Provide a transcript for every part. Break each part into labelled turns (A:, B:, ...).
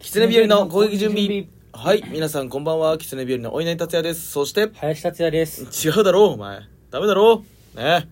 A: 狐日和の攻撃準備。はい、皆さんこんばんは。狐日和のお稲荷達也です。そして、
B: 林達也です。
A: 違うだろう、お前。ダメだろう。ね。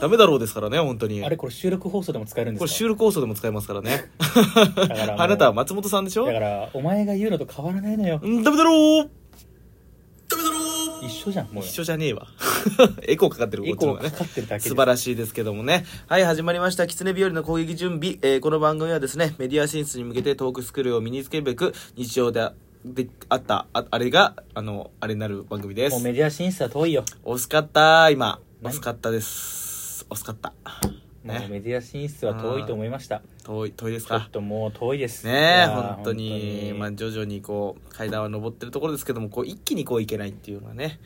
A: ダメだろうですからね、本当に。
B: あれこれ収録放送でも使えるんです
A: こ
B: か
A: れ収録放送でも使えますからね。
B: らもう
A: あなたは松本さんでしょ
B: だから、お前が言うのと変わらないのよ。
A: うんダメだろう
B: 一緒じゃん、もう。
A: 一緒じゃねえわ。 エコーかかってる、こ
B: エ
A: っち
B: コ
A: の
B: ー
A: 方が
B: か
A: ね。
B: かってるだけ
A: 素晴らしいですけどもねはい始まりました「狐日和の攻撃準備、えーこの番組はですねメディア進出に向けてトークスクールを身につけるべく日常であであったああれがあのあれになる番組で
B: もう
A: す
B: メディア進出は遠いよ。
A: 惜しかった今惜
B: 何
A: しかったです惜しかった
B: もう
A: ね
B: メディア進出は遠いと思いました。
A: 遠い遠いです
B: ちょっ
A: か
B: ともう遠いです。い
A: ねえ
B: やー
A: 本当にまあ、徐々にこう階段は上ってるところですけどもこう一気にこういけないっていうのはね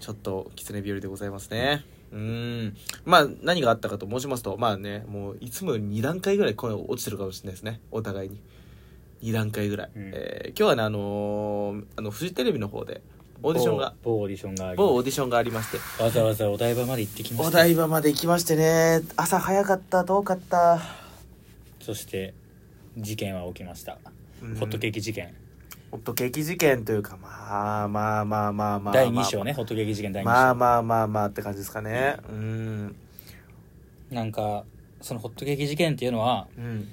A: ちょっと狐日和でございますねうんまあ何があったかと申しますとまあねもういつもより2段階ぐらい声落ちてるかもしれないですねお互いに2段階ぐらい、
B: うん
A: えー今日はねあのーあのフジテレビの方でオーディションが
B: 某某オーディションがあり
A: 某オーディションがありまして
B: わざわざお台場まで行ってきま
A: お
B: した。
A: 台場まで行きましてね朝早かった遠かった
B: そして、事件は起きました。
A: うん
B: ホットケーキ事件。
A: ホットケーキ事件というかまあまあまあまあまあ
B: 第2章ね、ホットケーキ事件第2章。
A: まあまあまあまあって感じですかねうん
B: なんか、そのホットケーキ事件っていうのは、
A: うん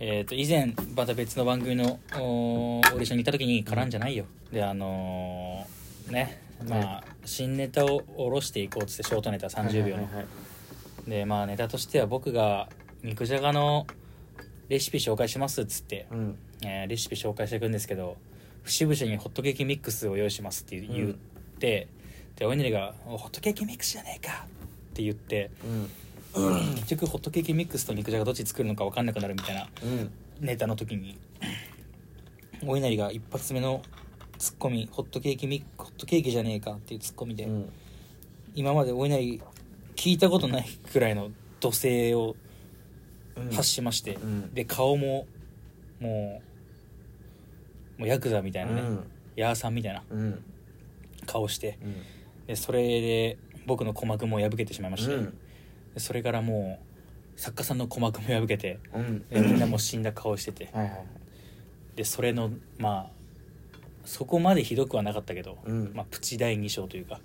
B: えー、と以前また別の番組のおーオーディションに行った時に絡んじゃないよ、であのーねまあ新ネタを下ろしていこうっつってショートネタ30秒
A: は
B: の、
A: いはいはい
B: でまあネタとしては僕が肉じゃがのレシピ紹介しますっつって、
A: うん
B: えーレシピ紹介していくんですけど節々にホットケーキミックスを用意しますって言う言って、でおいねりが「おホットケーキミックスじゃねえか!」って言って
A: うん
B: 結局ホットケーキミックスと肉じゃがどっち作るのか分かんなくなるみたいな
A: うん
B: ネタの時にお稲荷が一発目のツッコミホットケーキミックホットケーキじゃねえかっていうツッコミで、
A: うん
B: 今までお稲荷聞いたことないくらいの怒声を
A: うん
B: 発しまして、
A: うん
B: で顔ももうもうヤクザみたいなね、ヤーさんみたいな
A: うんうん
B: 顔して
A: うん
B: でそれで僕の鼓膜も破けてしまいまして、
A: うん
B: でそれからもう作家さんの鼓膜も破けて
A: うん
B: でみんなもう死んだ顔してて
A: はいはいはい
B: でそれのまあそこまでひどくはなかったけど、
A: うん
B: まあ、プチ第2章というか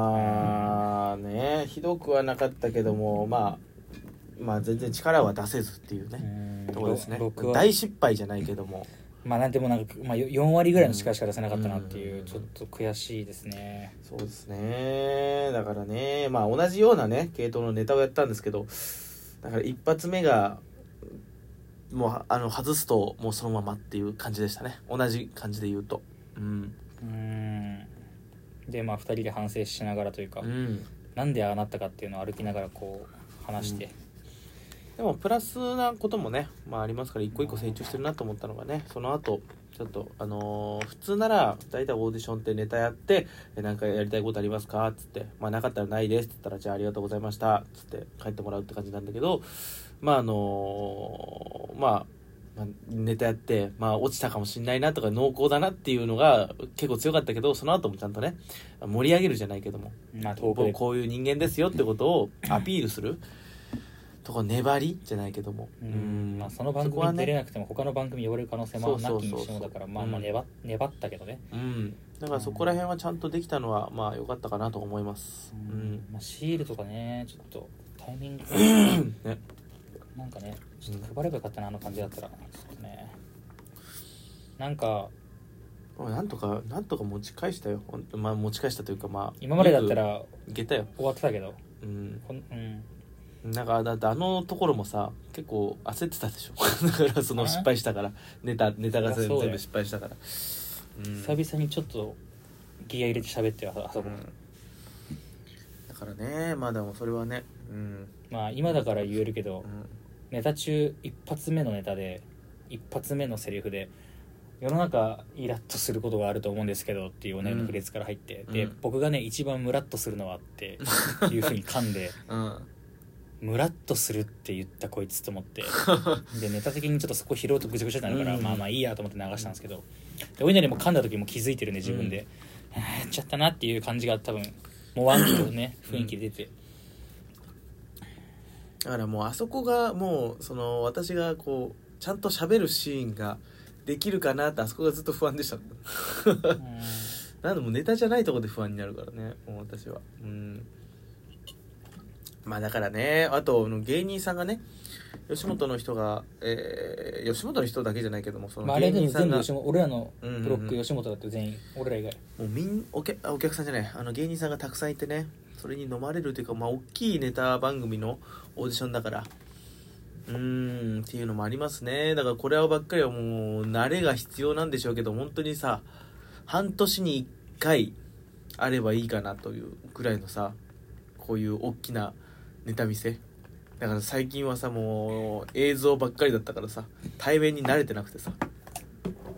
A: まあねひどくはなかったけどもまあまあ全然力は出せずっていうねとこですね
B: 僕は
A: 大失敗じゃないけども
B: まあなんでもなんか、まあ、よ4割ぐらいの力しか出せなかったなっていう、
A: うん
B: ちょっと悔しいですね
A: そうですねだからねまあ同じようなね系統のネタをやったんですけどだから一発目がもうあの外すともうそのままっていう感じでしたね同じ感じで言うとうん
B: うんでまあ2人で反省しながらというか、
A: うん
B: なんでああなったかっていうのを歩きながらこう話して、
A: でもプラスなこともね、まあ、ありますから一個一個成長してるなと思ったのがねその後ちょっとあのー普通なら大体オーディションってネタやって「えなんかやりたいことありますか?」っつって「まあ、なかったらないです」っつったら「じゃあありがとうございました」っつって帰ってもらうって感じなんだけどまああのーまあまあネタやって、まあ、落ちたかもしんないなとか濃厚だなっていうのが結構強かったけどその後もちゃんとね盛り上げるじゃないけども
B: まあ遠く
A: 僕
B: で
A: こういう人間ですよってことをアピールするとこ粘りじゃないけども
B: うんまあ、その番
A: そこは
B: 組に出れ
A: ね
B: なくても他の番組に呼ばれる可能性もなきにしもだ
A: そ
B: から
A: うそうそうそう
B: まあまあ
A: うん
B: 粘粘ったけどね、
A: うんだからそこら辺はちゃんとできたのはまあ良かったかなと思いますう
B: うん
A: ん
B: まあ、シールとかねちょっとタイミング
A: ね
B: なんかねちょっと配ればよかったなあの感じだったらちょっとねなんか
A: おいなんとかなんとか持ち返したよほんとまあ持ち返したというかまあ
B: 今までだったら
A: いけたよ
B: 終わってたけど
A: うん
B: こんうん
A: なんかだってあのところもさ結構焦ってたでしょ だからその失敗したからネタネタが全
B: あそうだよ
A: 全部失敗したからうん
B: 久々にちょっとギア入れて喋ってよああそこ、
A: だからねまあでもそれはねうん
B: まあ今だから言えるけ
A: う
B: ど
A: ん
B: ネタ中一発目のネタで一発目のセリフで世の中イラッとすることがあると思うんですけどっていうお悩みのフレーズから入って、
A: うん
B: で
A: うん
B: 僕がね一番ムラッとするのはっていうふうに噛 んで
A: うん
B: ムラッとするって言ったこいつと 思ってでネタ的にちょっとそこ拾うとぐちゃぐちゃになるから、
A: うん
B: まあまあいいやと思って流したんですけどでお稲荷も噛んだ時も気づいてるね自分で、あーやっちゃったなっていう感じが多分もうワンキのね
A: うん
B: 雰囲気で出て、
A: だからもうあそこがもうその私がこうちゃんと喋るシーンができるかなってあそこがずっと不安でした なんでもうネタじゃないところで不安になるからねもう私はうんまあだからねあとあの芸人さんがね吉本の人が、えー吉本の人だけじゃないけどもそ
B: まあ、
A: の
B: あれ
A: 芸
B: で
A: 人
B: も
A: さん
B: 全
A: が、
B: 部吉本俺らの
A: うんうんうん
B: ブロック吉本だって全員、俺ら以外
A: もうみんお客あお客さんじゃないあの芸人さんがたくさんいてねそれに飲まれるというかまあ大きいネタ番組のオーディションだからうーんっていうのもありますねだからこればっかりはもう慣れが必要なんでしょうけど本当にさ半年に1回あればいいかなというぐらいのさこういう大きなネタ見せだから最近はさもう映像ばっかりだったからさ対面に慣れてなくてさ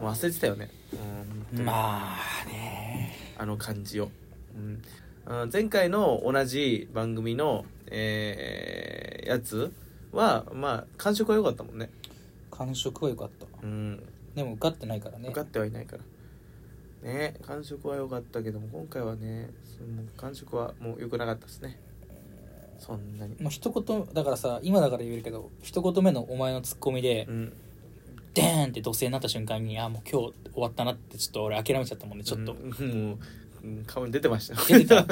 A: もう忘れてたよねうん
B: まあね
A: あの感じを、うんうん、前回の同じ番組の、えーやつはまあ感触は良かったもんね、
B: 感触は良かった
A: うん、
B: でも受かってないからね
A: 受かってはいないからね感触は良かったけども今回はねその感触はもう良くなかったですねそんなに
B: もう一言だからさ今だから言えるけど一言目のお前のツッコミで、
A: うん
B: デーンって土星になった瞬間にあもう今日終わったなってちょっと俺諦めちゃったもんねちょっと、
A: うんもううん顔に出てました
B: 出てた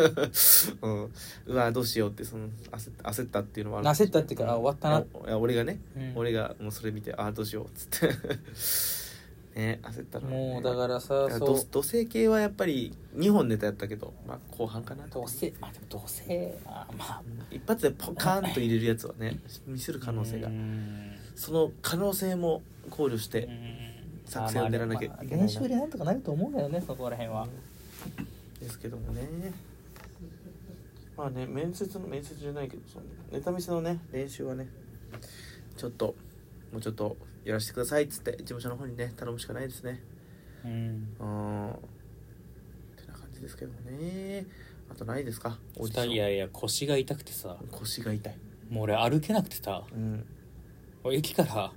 A: うん、うわどうしようってその焦った焦ったっていうのはある
B: 焦ったっていうかあ終わったない
A: やいや俺がね
B: うん
A: 俺がもうそれ見てああどうしようっつって ね焦ったの、ね、
B: もうだからさ
A: だから
B: そ
A: ど
B: う
A: 土星系はやっぱり2本ネタやったけど、まあ、後半かな
B: 土星まあでも土星あまあ
A: うん一発でポカーンと入れるやつはね見せる可能性が
B: うん
A: その可能性も考慮し
B: う
A: て
B: ん
A: 作戦を練らなきゃいけないな
B: まあ練習でなんとかなると思うけどねそこら辺は
A: ですけどもねまあね面接の面接じゃないけどそのネタ見せのね練習はねちょっともうちょっとやらせてくださいっつって事務所の方にね頼むしかないですね
B: うん
A: うんてな感じですけどもねあとないですかオーディション
B: いやいや腰が痛くてさ
A: 腰が痛い
B: もう俺歩けなくてさ
A: うん
B: 駅から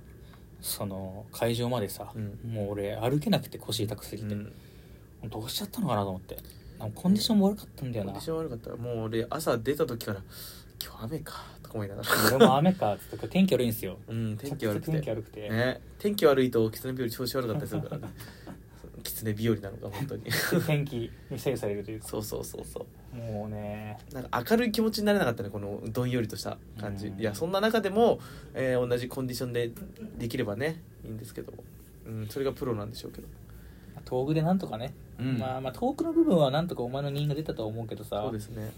B: その会場までさ、
A: うん
B: もう俺歩けなくて腰痛くすぎて、
A: うん
B: どうしちゃったのかなと思ってなんかコンディションも悪かったんだ
A: コン
B: よ
A: デ
B: な
A: ィション悪かったらもう俺朝出た時から今日雨かとか思いながら
B: 俺も雨かっつって天気悪いんですよ
A: うん天気悪く
B: 天気
A: て
B: 悪くて、
A: ね天気悪いと狐日和調子悪かったりするからね 狐日和なのか本当に
B: 天気に左右されるという か
A: そうそうそうそう
B: もうね
A: なんか明るい気持ちになれなかったねこのどんよりとした感じ、
B: うん
A: いやそんな中でも、えー同じコンディションでできればねいいんですけど、うん、それがプロなんでしょうけど、
B: 遠くでなんとかね、
A: うん
B: まあまあ遠くの部分はなんとかお前の人が出たとは思うけどさ
A: そうですね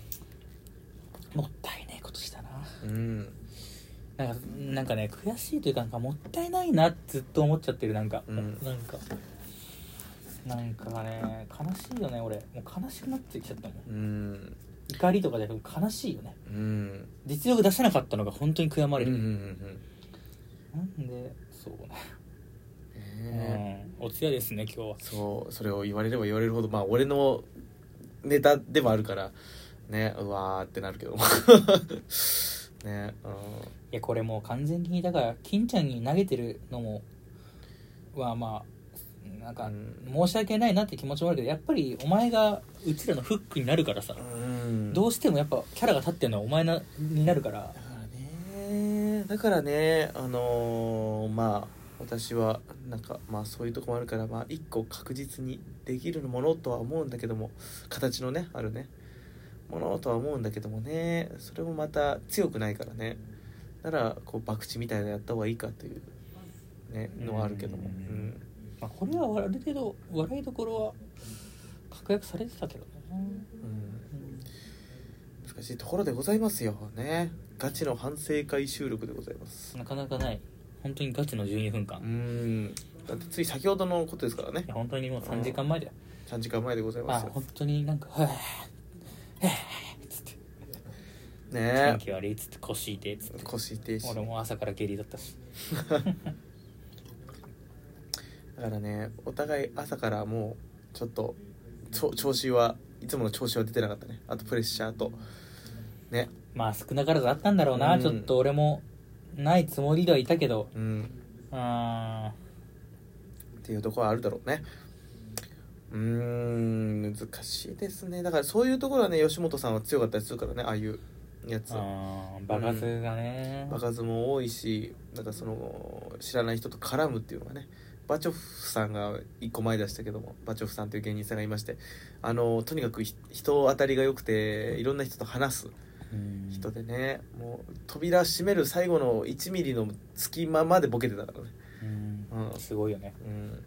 B: もったいねえことしたな
A: うん
B: なんかなんかね悔しいというかなんかもったいないなってずっと思っちゃってるなんか、
A: うん
B: なんかなんかね悲しいよね俺もう悲しくなってきちゃったもん
A: うん
B: 怒りとかじゃなくて悲しいよね
A: うん
B: 実力出せなかったのが本当に悔やまれ
A: うん
B: る、
A: うんうん
B: なんでそう
A: うんねえ
B: ね、うん、お通夜ですね今日は
A: そうそれを言われれば言われるほどまあ俺のネタでもあるからねうわーってなるけど ねう
B: いやこれもう完全にだから金ちゃんに投げてるのもはまあなんか
A: うん
B: 申し訳ないなって気持ちもあるけどやっぱりお前がうちらのフックになるからさ
A: んうん
B: どうしてもやっぱキャラが立ってるのはお前なになるか
A: だか
B: ら
A: らねだからねあのーまあ私はなんかまあそういうとこもあるからまあ一個確実にできるものとは思うんだけども形のねあるねものとは思うんだけどもねそれもまた強くないからねならこう博打みたいなのやった方がいいかというねのはあるけども
B: う
A: うんん
B: まあ、これはある程度笑いどころは確約されてたけどね、
A: うん
B: うん
A: 難しいところでございますよねガチの反省会収録でございます
B: なかなかない本当にガチの12分間、
A: う
B: い
A: んだってつい先ほどのことですからね
B: や本当にもう3時間前だよ、
A: 3時間前でござい
B: ま
A: ま
B: あ
A: すよ
B: 本当になんか「はぁはぁっつって
A: ね
B: 天気悪い」っつって腰痛いっつって
A: 腰痛いし
B: 俺も朝から下痢だったし
A: だからねお互い朝からもうちょっとちょ調子はいつもの調子は出てなかったねあとプレッシャーとね
B: まあ少なからずあったんだろうな、
A: うん
B: ちょっと俺もないつもりではいたけど
A: うん
B: うーん
A: っていうところはあるだろうねうーん難しいですねだからそういうところはね吉本さんは強かったりするからねああいうやつ
B: あー爆発がね、
A: 場数も多いしなんかその知らない人と絡むっていうのがねバチョフさんが一個前出したけどもバチョフさんという芸人さんがいましてあのとにかくひ人当たりが良くていろんな人と話す
B: うん
A: 人でねもう扉閉める最後の1ミリの隙間までボケてたからね、
B: うん
A: うん
B: すごいよね、
A: うん、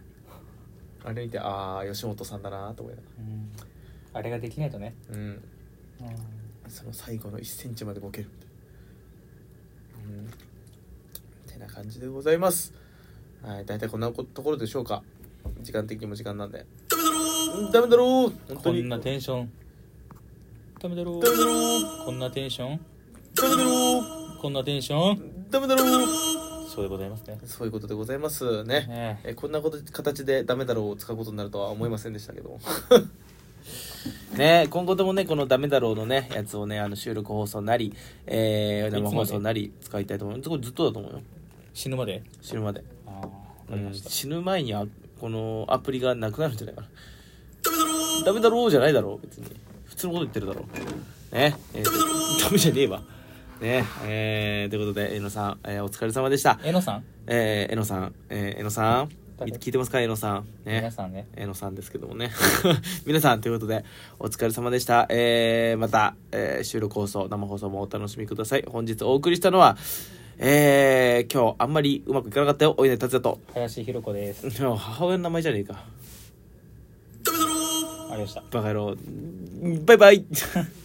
A: あれ見てああ吉本さんだなと思いなが
B: うんあれができないとね、
A: ら、うん、
B: うん
A: その最後の1センチまでボケるみたいな、うん、てな感じでございますはい大体こんなこところでしょうか時間的にも時間なんでうんダメだろう本
B: こ
A: 当に
B: んなテンションダメだろう
A: ダメだろう
B: こんなテンション
A: ダメだろう
B: こんなテンション
A: ダメだろう
B: そうでございますね
A: そういうことでございますね
B: ね
A: えこんなこと形でダメだろうを使うことになるとは思いませんでしたけども ねえ今後ともねこのダメだろうのねやつをねあの収録放送なり、えー、生放送なり使いたいと思うこれずっとだと思うよ
B: 死ぬまで
A: 死ぬまで、
B: ああ分か
A: う
B: り
A: ん
B: ました、
A: 死ぬ前にあこのアプリがなくなるんじゃないかなダメだろうじゃないだろう別に普通のこと言ってるだろうねえーダメじゃねえわねえーということでえのさん、えーお疲れ様でした
B: えのさん、
A: えー、えのさん、えー、えのさん、
B: 誰
A: 聞いてますか、えのさん。
B: 皆
A: ね。
B: さんね
A: えのさんですけどもね。 皆さん、ということで、お疲れ様でした。えー、また、えー収録放送、生放送もお楽しみください。本日お送りしたのは、えー、今日、あんまりうまくいかなかったよ、おいね、達也と。
B: 林ひろ子ですあ
A: でも母親の名前じゃねえか。
B: りがとうございました
A: バカ野郎。バイバイ。